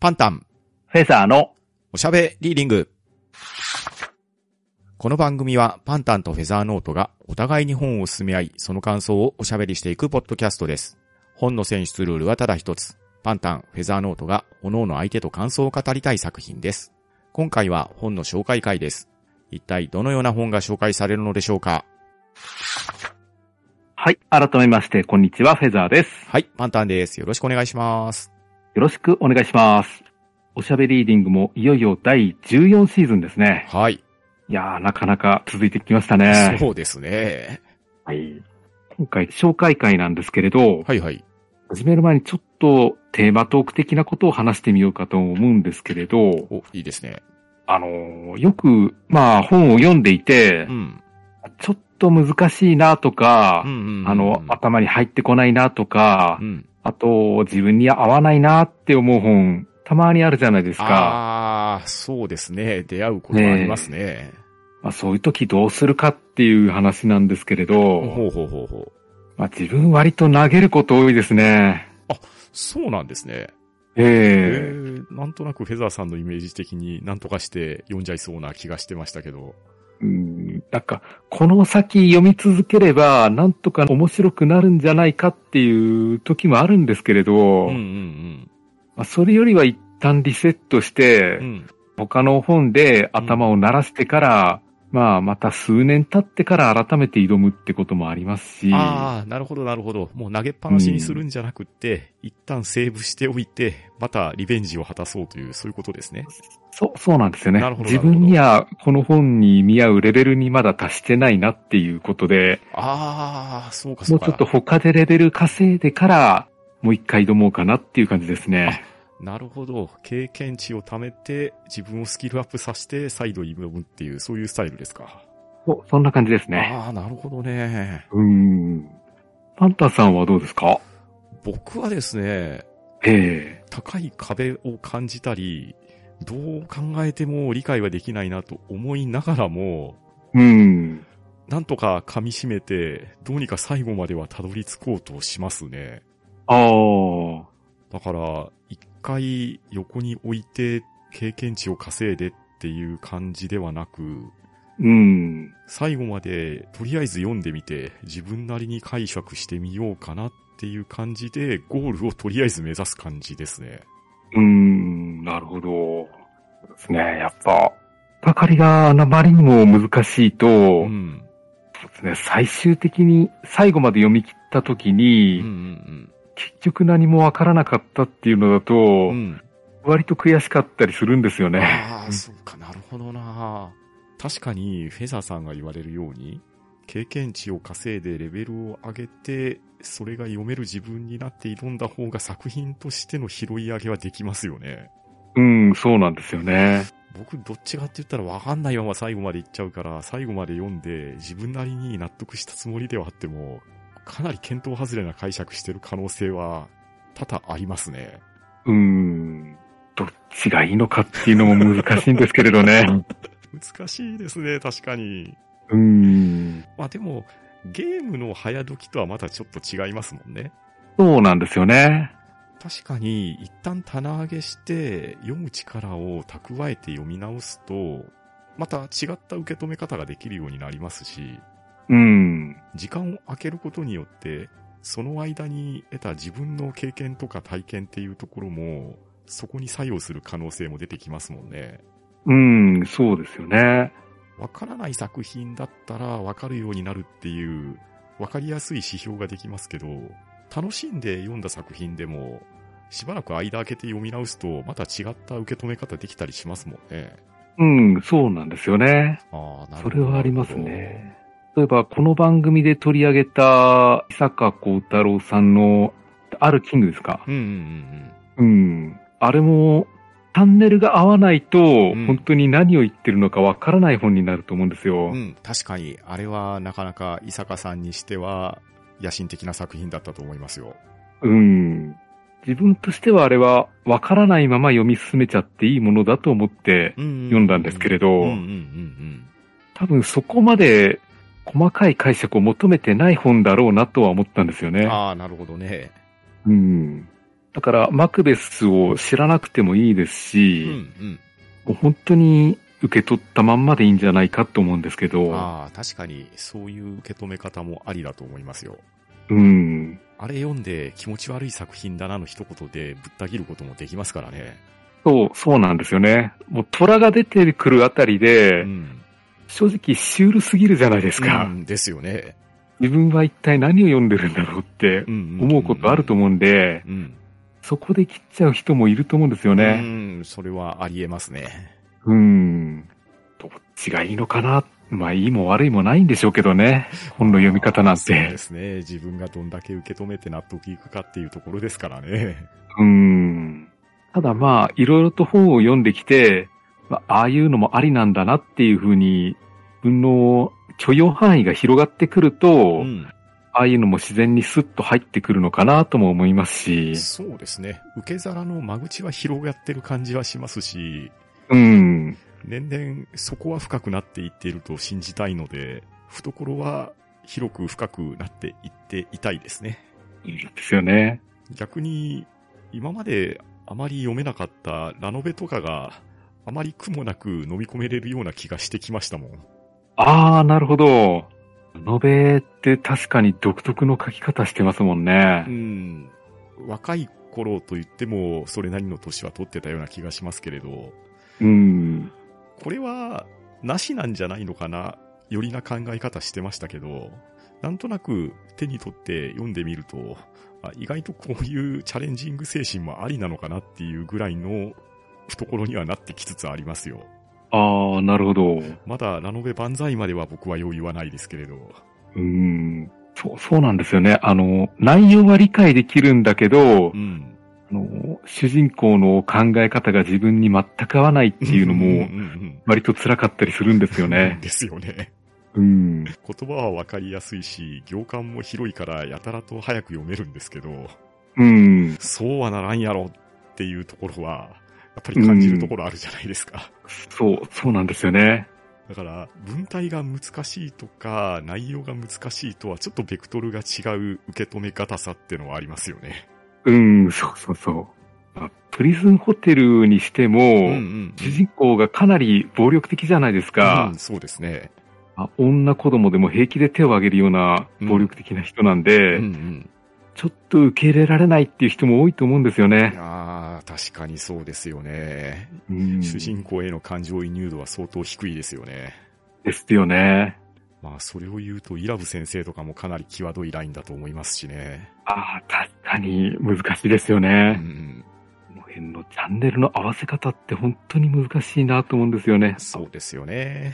パンタン、フェザーの、おしゃべりリング。この番組はパンタンとフェザーノートがお互いに本を進め合い、その感想をおしゃべりしていくポッドキャストです。本の選出ルールはただ一つ。パンタン、フェザーノートが各々相手と感想を語りたい作品です。今回は本の紹介会です。一体どのような本が紹介されるのでしょうかはい、改めまして、こんにちは、フェザーです。はい、パンタンです。よろしくお願いします。よろしくお願いします。おしゃべりリーディングもいよいよ第14シーズンですね。はい、いやー、なかなか続いてきましたね。そうですね。はい。今回、紹介会なんですけれど、はいはい。始める前にちょっとテーマトーク的なことを話してみようかと思うんですけれど、お、いいですね。あのーよく、まあ、本を読んでいてう、ん。ちょっと難しいなとかうん、うんうんあの、頭に入ってこないなとかう、ん。あと、自分に合わないなって思う本、たまにあるじゃないですか。ああー、そうですね。出会うことありますね。まあ、そういう時どうするかっていう話なんですけれど、ほうほうほうほう。まあ、自分割と投げること多いですね。そうなんですね。えええー、なんとなくフェザーさんのイメージ的になんとかして読んじゃいそうな気がしてましたけど。うんなんか、この先読み続ければ、なんとか面白くなるんじゃないかっていう時もあるんですけれうど、んうんまあ、それよりは一旦リセットして、うん。うん。他の本で頭を鳴らしてから、まあ、また数年経ってから改めて挑むってこともありますし、ああ、なるほどなるほど。もう投げっぱなしにするんじゃなくって、一旦セーブしておいて、またリベンジを果たそうという、そういうことですね。そう、そうなんですよねなるほ。ど自分にはこの本に見合うレベルにまだ達してないなっていうことで、ああ、そうかそもううか。ちょっと他でレベル稼いでから、もう一回挑もうかなっていう感じですね。なるほど。経験値を貯めて、自分をスキルアップさせて、再度挑むっていう、そういうスタイルですか。そうそんな感じですね。ああ、なるほどね。うーん。パンタさんはどうですか僕はですね、ええ高い壁を感じたり、どう考えても理解はできないなと思いながらも、うーん。なんとか噛み締めて、どうにか最後まではたどり着こうとしますね。ああ。だから、一回横に置いて経験値を稼いでっていう感じではなく、うん。最後までとりあえず読んでみて自分なりに解釈してみようかなっていう感じでゴールをとりあえず目指す感じですね。うーん。なるほど。そうですね。やっぱ、かかりがあまりにも難しいと、うん。そうですね。最終的に最後まで読み切った時うんに、うん結局何もわからなかったっていうのだと、うん。うん。割と悔しかったりするんですよね。ああ、そうかなるほどな。確かにフェザーさんが言われるように、経験値を稼いでレベルを上げて、それが読める自分になって挑んだ方が作品としての拾い上げはできますよね。うん、そうなんですよね。僕、どっちかって言ったら分かんないまま最後まで行っちゃうから、最後まで読んで、自分なりに納得したつもりではあっても、かなり見当外れな解釈してる可能性は、多々ありますね。うん。どっちがいいのかっていうのも難しいんですけれどね。難しいですね、確かに。うん。まあでも、ゲームの早時とはまたちょっと違いますもんね。そうなんですよね。確かに、一旦棚上げして、読む力を蓄えて読み直すと、また違った受け止め方ができるようになりますし、うん。時間を空けることによって、その間に得た自分の経験とか体験っていうところも、そこに作用する可能性も出てきますもんね。うん、そうですよね。わからない作品だったらわかるようになるっていう、わかりやすい指標ができますけど、楽しんで読んだ作品でも、しばらく間開けて読み直すと、また違った受け止め方できたりしますもんね。うん、そうなんですよね。ああ、なるそほど。れはありますね。例えば、この番組で取り上げた、伊坂幸太郎さんの、あるキングですかうんうんうんうん。あれも、チャンネルが合わないと、ん本当に何を言ってるのかわからない本になると思うんですよ。うん。うん、確かに、あれはなかなか伊坂さんにしては、野心的な作品だったと思いますよ。うん。自分としてはあれは、わからないまま読み進めちゃっていいものだと思って読読んだんですけれど、うんうんうん多分そこまで細かい解釈を求めてない本だろうなとは思ったんですようん。ね。ああ、なるほどね。うん。だから、マクベスを知らなくてもいいですうし、ん、もう本当に受け取ったまんまでいいんじゃないかと思うんですけうん。ど、ああ、確かにそういう受け止め方もありだと思いますよ。うん。あれ読んで気持ち悪い作品だなの一言でぶった切ることもできますからね。そう、そうなんですよね。もう虎が出てくるあたりで、うん。正直シュールすぎるじゃないですか。うんですよね。自分は一体何を読んでるんだろうって思うことあると思思うんで、うん。うん。そこで切っちゃう人もいると思うんですようね。ん、それはありえますね。うん。どっちがいいのかな。まあ、いいも悪いもないんでしょうけどね。本の読み方なんそうてで。すね。自分がどんだけ受け止めて納得いくかっていうところですからね。うん。ただまあ、いろいろと本を読んできて、まあ、ああいうのもありなんだなっていうふうに、自分の許容範囲が広がってくると、ん。ああいうのも自然にスッと入ってくるのかなとも思いますし、そうですね。受け皿の間口は広がってる感じはしますし、うん。年々そこは深くなっていっていると信じたいので、懐は広く深くなっていっていたいですね。ですよね。逆に、今まであまり読めなかったラノベとかが、あまり苦もなく飲み込めれるような気がしてきましたもん。ああ、なるほど。ノベって確かに独特の書き方してますもんねう。ん。若い頃と言っても、それなりの年は取ってたような気がしますけれど、うん。これは、なしなんじゃないのかな、よりな考え方してましたけど、なんとなく手に取って読んでみると、あ意外とこういうチャレンジング精神もありなのかなっていうぐらいの懐にはなってきつつありますよ。ああ、なるほど。まだラノベ万歳までは僕は余裕はないですけれど。うん。そう、そうなんですよね。あの、内容は理解できるんだけどう、ん。あの、主人公の考え方が自分に全く合わないっていうのんも、ん割と辛かったりするんですうよん。ね ですよね。うん。言葉はわかりやすいし、行間も広いからやたらと早く読めるんですけど、うん。そうはならんやろっていうところは、やっぱり感じるところあるじゃないですか。そう、そうなんですよね。だから、文体が難しいとか、内容が難しいとはちょっとベクトルが違う受け止め方さってのはありますよね。うん、そうそうそう。まあプリズンホテルにしても、うんうん主人公がかなり暴力的じゃないですうかん、。そうですね。まあ女子供でも平気で手を挙げるような暴力的な人なんで、うんちょっと受け入れられないっていう人も多いと思うんですようん。ね。ああ、確かにそうですよね。うん主人公への感情移入度は相当低いですよね。ですよね。まあ、それを言うと、イラブ先生とかもかなり際どいラインだと思いますしね。ああ、確かに難しいですようね。ん、この辺のチャンネルの合わせ方って本当に難しいなと思うんですよね。そうですよね。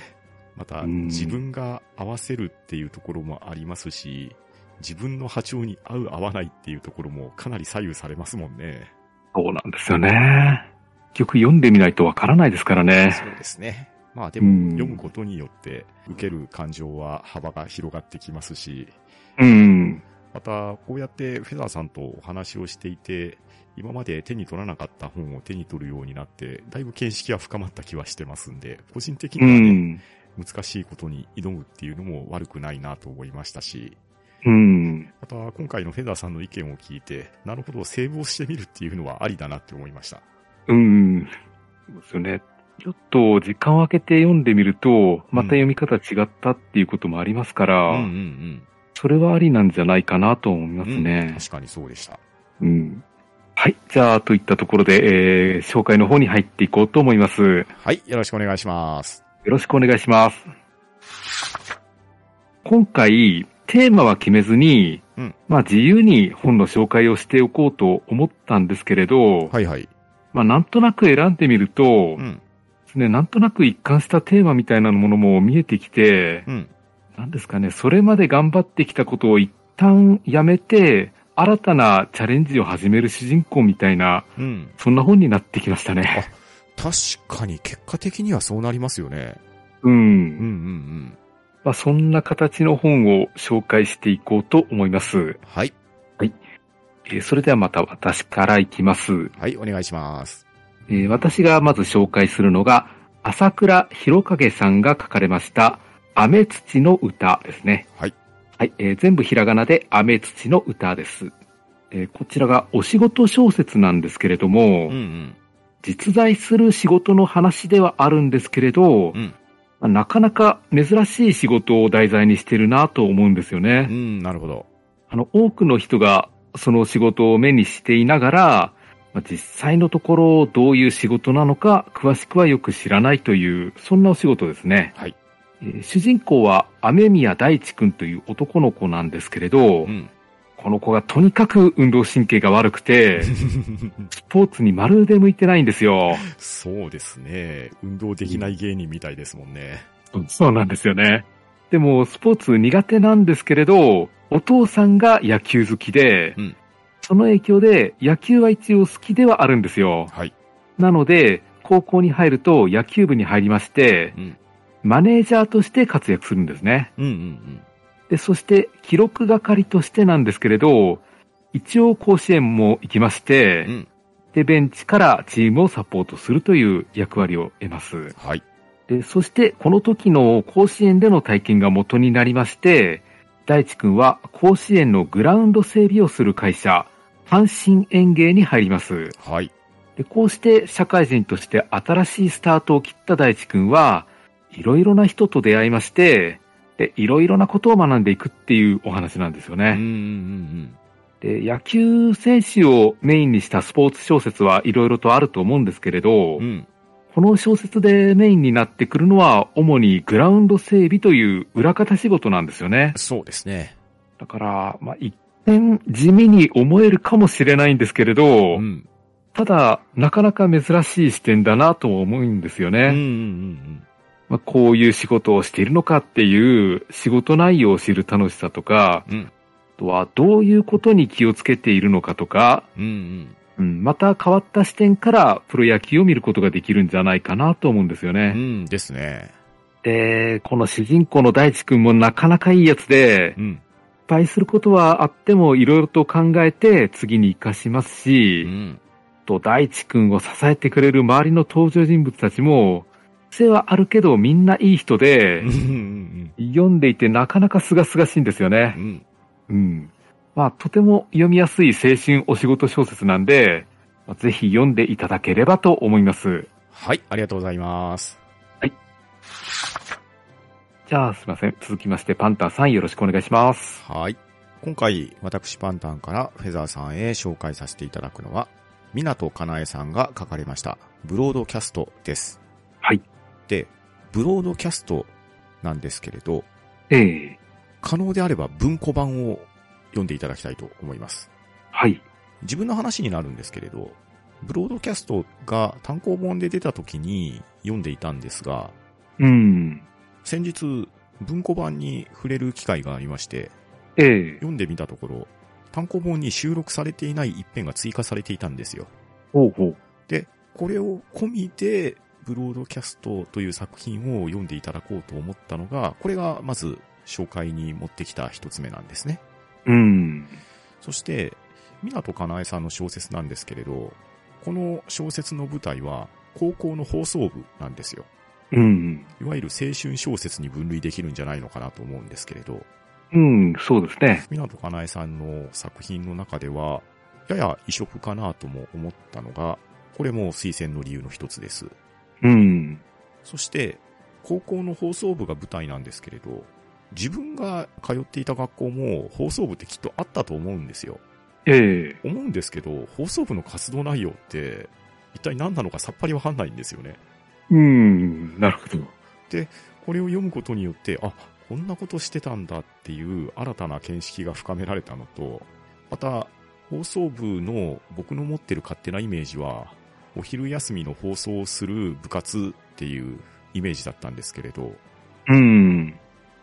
また、うん自分が合わせるっていうところもありますし、自分の波長に合う合わないっていうところもかなり左右されますもんね。そうなんですよね。結局読んでみないとわからないですからね。そうですね。まあでうも、ん読むことによって受ける感情は幅が広がってきますし、うん。また、こうやってフェザーさんとお話をしていて、今まで手に取らなかった本を手に取るようになって、だいぶ見識は深まった気はしてますんで、個人的にうはね、ん。難しいことに挑むっていうのも悪くないなと思いましたし、うん。また今回のフェザーさんの意見を聞いて、なるほど、セーブをしてみるっていうのはありだなって思いました。うん。そうですよね。ちょっと時間を空けて読んでみると、また読み方違ったっていうこともありますから、んそれはありなんじゃないかなと思いまうすね。確かにそうでした。うん。はい。じゃあ、といったところで、えー紹介の方に入っていこうと思います。よはい、よろしくお願いします。ろしくお願いします。今回、テーマは決めずに、うんまあ自由に本の紹介をしておこうと思ったんですけれど、はいはい。まあなんとなく選んでみると、うん、ね、なんとなく一貫したテーマみたいなものも見えてきて、うん。なんですかね、それまで頑張ってきたことを一旦やめて、新たなチャレンジを始める主人公みたいな、うん。そんな本になってきましたね。確かに結果的にはそうなりますよね。ううんうんん。うん。まあ、そんな形の本を紹介していこうと思います。はい。えーそれではまた私からいきます。はい、お願いします。えー私がまず紹介するのが、朝倉弘影さんが書かれました、雨土の歌ですね。はい。はい、えー全部ひらがなで雨土の歌です。えーこちらがお仕事小説なんですけれどうも、んうん。実在する仕事の話ではあるんですけれど、うんまあなかなか珍しい仕事を題材にしてるなと思うんですよねう。ん、なるほど。あの、多くの人がその仕事を目にしていながら、まあ実際のところどういう仕事なのか詳しくはよく知らないという、そんなお仕事ですね。はいえー主人公は雨宮大地くんという男の子なんですけれど、うん。 この子がとにかく運動神経が悪くて、スポーツにまるで向いてないんですよ。そうですね。運動できない芸人みたいですもんね。そうなんですよね。でも、スポーツ苦手なんですけれど、お父さんが野球好きで、うんその影響で野球は一応好きではあるんですよ。はい。なので、高校に入ると野球部に入りまして、うん。マネージャーとして活躍するんですね。うんうんで、そして記録係としてなんですけれど、一応甲子園も行きましうて、ん。うん。で、ベンチからチームをサポートするという役割を得ます。はい。で、そしてこの時の甲子園での体験が元になりまして、大地くんは甲子園のグラウンド整備をする会社、阪神園芸に入ります。はい。で、こうして社会人として新しいスタートを切った大地くんは、いろいろな人と出会いまして、で、いろいろなことを学んでいくっていうお話なんですようんうんね。うんで、野球選手をメインにしたスポーツ小説はいろいろとあると思うんですけれど、うん。うん。この小説でメインになってくるのは、主にグラウンド整備という裏方仕事なんですよね。そうですね。だから、まあ、一見地味に思えるかもしれないんですけれど、うん。ただ、なかなか珍しい視点だなとも思うんですようんうんね。うんまあ、こういう仕事をしているのかっていう仕事内容を知る楽しさとか、うん。うん。あとはどういうことに気をつけているのかとか、うんうん。うん、また変わった視点からプロ野球を見ることができるんじゃないかなと思うんですよね。うんですね。で、この主人公の大地くんもなかなかいいやつうで、失ん。敗することはあってもいろいろと考えて次に活かしますうし、ん。と大地くんを支えてくれる周りの登場人物たちも、癖はあるけどみんないい人でうんう、ん読んでいてなかなか清々しいんですようん。うね。ん。うん。まあ、とても読みやすい青春お仕事小説なんで、まあぜひ読んでいただければと思います。はい。ありがとうございます。じゃあ、すいません。続きまして、パンタンさんよろしくお願いします。はい。今回、私パンタンからフェザーさんへ紹介させていただくのは、港かなえさんが書かれました、ブロードキャストです。はい。で、ブロードキャストなんですけれど、ええ可能であれば文庫版を読んでいただきたいと思います。はい。自分の話になるんですけれど、ブロードキャストが単行本で出た時に読んでいたんですが、うん。先日文庫版に触れる機会がありまして、ええ読んでみたところ、単行本に収録されていない一編が追加されていたんですよ。ほうほう。これを込みで、ブロードキャストという作品を読んでいただこうと思ったのが、これがまず紹介に持ってきた一つ目なんですね。うん。そして、港かなえさんの小説なんですけれど、この小説の舞台は高校の放送部なんですよ。うん。いわゆる青春小説に分類できるんじゃないのかなと思うんですけれど、うん、そうですね。港かなえさんの作品の中では、やや異色かなとも思ったのが、これも推薦の理由の一つです。うん。そして、高校の放送部が舞台なんですけれど、自分が通っていた学校も放送部ってきっとあったと思うんですよ。ええ思うんですけど、放送部の活動内容って、一体何なのかさっぱりわかんないんですよね。うん、なるほど。これを読むことによって、あ、こんなことしてたんだっていう新たな見識が深められたのと、また、放送部の僕の持ってる勝手なイメージは、お昼休みの放送をする部活っていうイメージだったんですけれど、うん。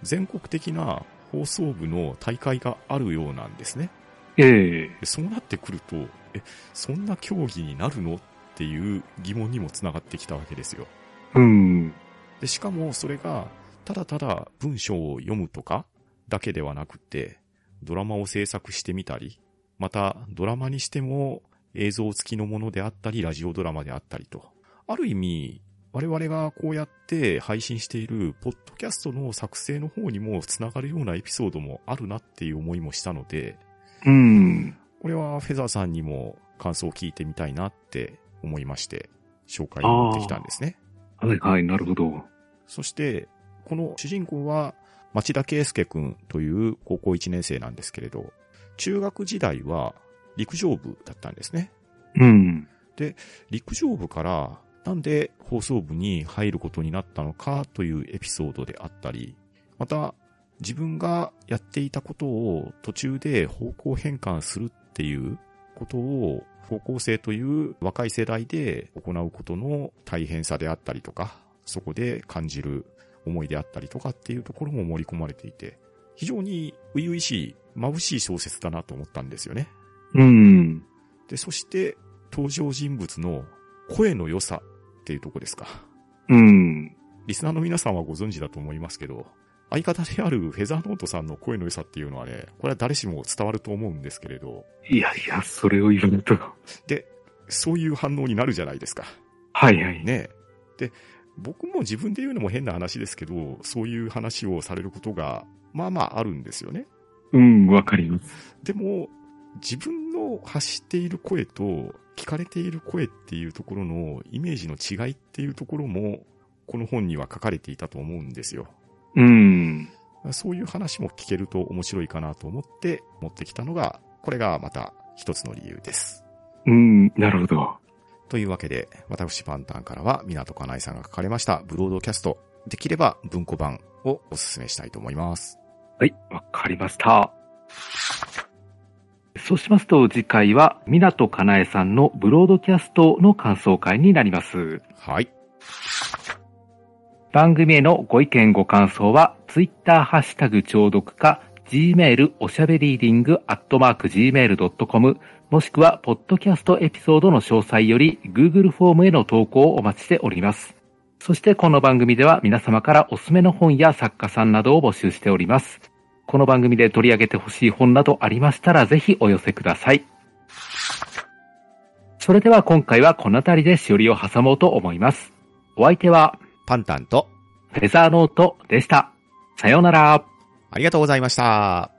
全国的な放送部の大会があるようなんですね。ええでそうなってくると、え、そんな競技になるのっていう疑問にもつながってきたわけですよ。うん。で、しかもそれが、ただただ文章を読むとかだけではなくて、ドラマを制作してみたり、またドラマにしても映像付きのものであったり、ラジオドラマであったりと。ある意味、我々がこうやって配信している、ポッドキャストの作成の方にもつながるようなエピソードもあるなっていう思いもしたので、うん。これはフェザーさんにも感想を聞いてみたいなって思いまして、紹介あーを持ってきたんですね。はいはい、なるほど。そして、この主人公は町田圭介くんという高校1年生なんですけれど、中学時代は陸上部だったんですね。うん。陸上部からなんで放送部に入ることになったのかというエピソードであったり、また自分がやっていたことを途中で方向変換するっていうことを高校生という若い世代で行うことの大変さであったりとか、そこで感じる思いであったりとかっていうところも盛り込まれていて、非常に初々しい、眩しい小説だなと思ったんですよね。うん。で、そして、登場人物の声の良さっていうとこですか。うん。リスナーの皆さんはご存知だと思いますけど、相方であるフェザーノートさんの声の良さっていうのはね、これは誰しも伝わると思うんですけれど、いやいや、それを言うと。で、そういう反応になるじゃないですか。はいはい。ねえ。で、僕も自分で言うのも変な話ですけど、そういう話をされることが、まあまああるんですよね。うん、わかります。でも、自分の発している声と聞かれている声っていうところのイメージの違いっていうところも、この本には書かれていたと思うんですよ。うん。そういう話も聞けると面白いかなと思って持ってきたのが、これがまた一つの理由です。うん、なるほど。というわけで、私パンタンからは港かなえさんが書かれましたブロードキャスト、できれば文庫版をお勧めしたいと思います。はい、わかりました。そうしますと、次回は、港かなえさんのブロードキャストの感想会になります。はい。番組へのご意見ご感想は、ツイッターハッシュタグ聴読か、gmail おしゃべりーディングアットマーク gmail.com、もしくは、ポッドキャストエピソードの詳細より、Google フォームへの投稿をお待ちしております。そして、この番組では皆様からおすすめの本や作家さんなどを募集しております。この番組で取り上げてほしい本などありましたら、ぜひお寄せください。それでは今回はこの辺りでしおりを挟もうと思います。お相手は、パンタンと、フェザーノートでした。さようなら。ありがとうございました。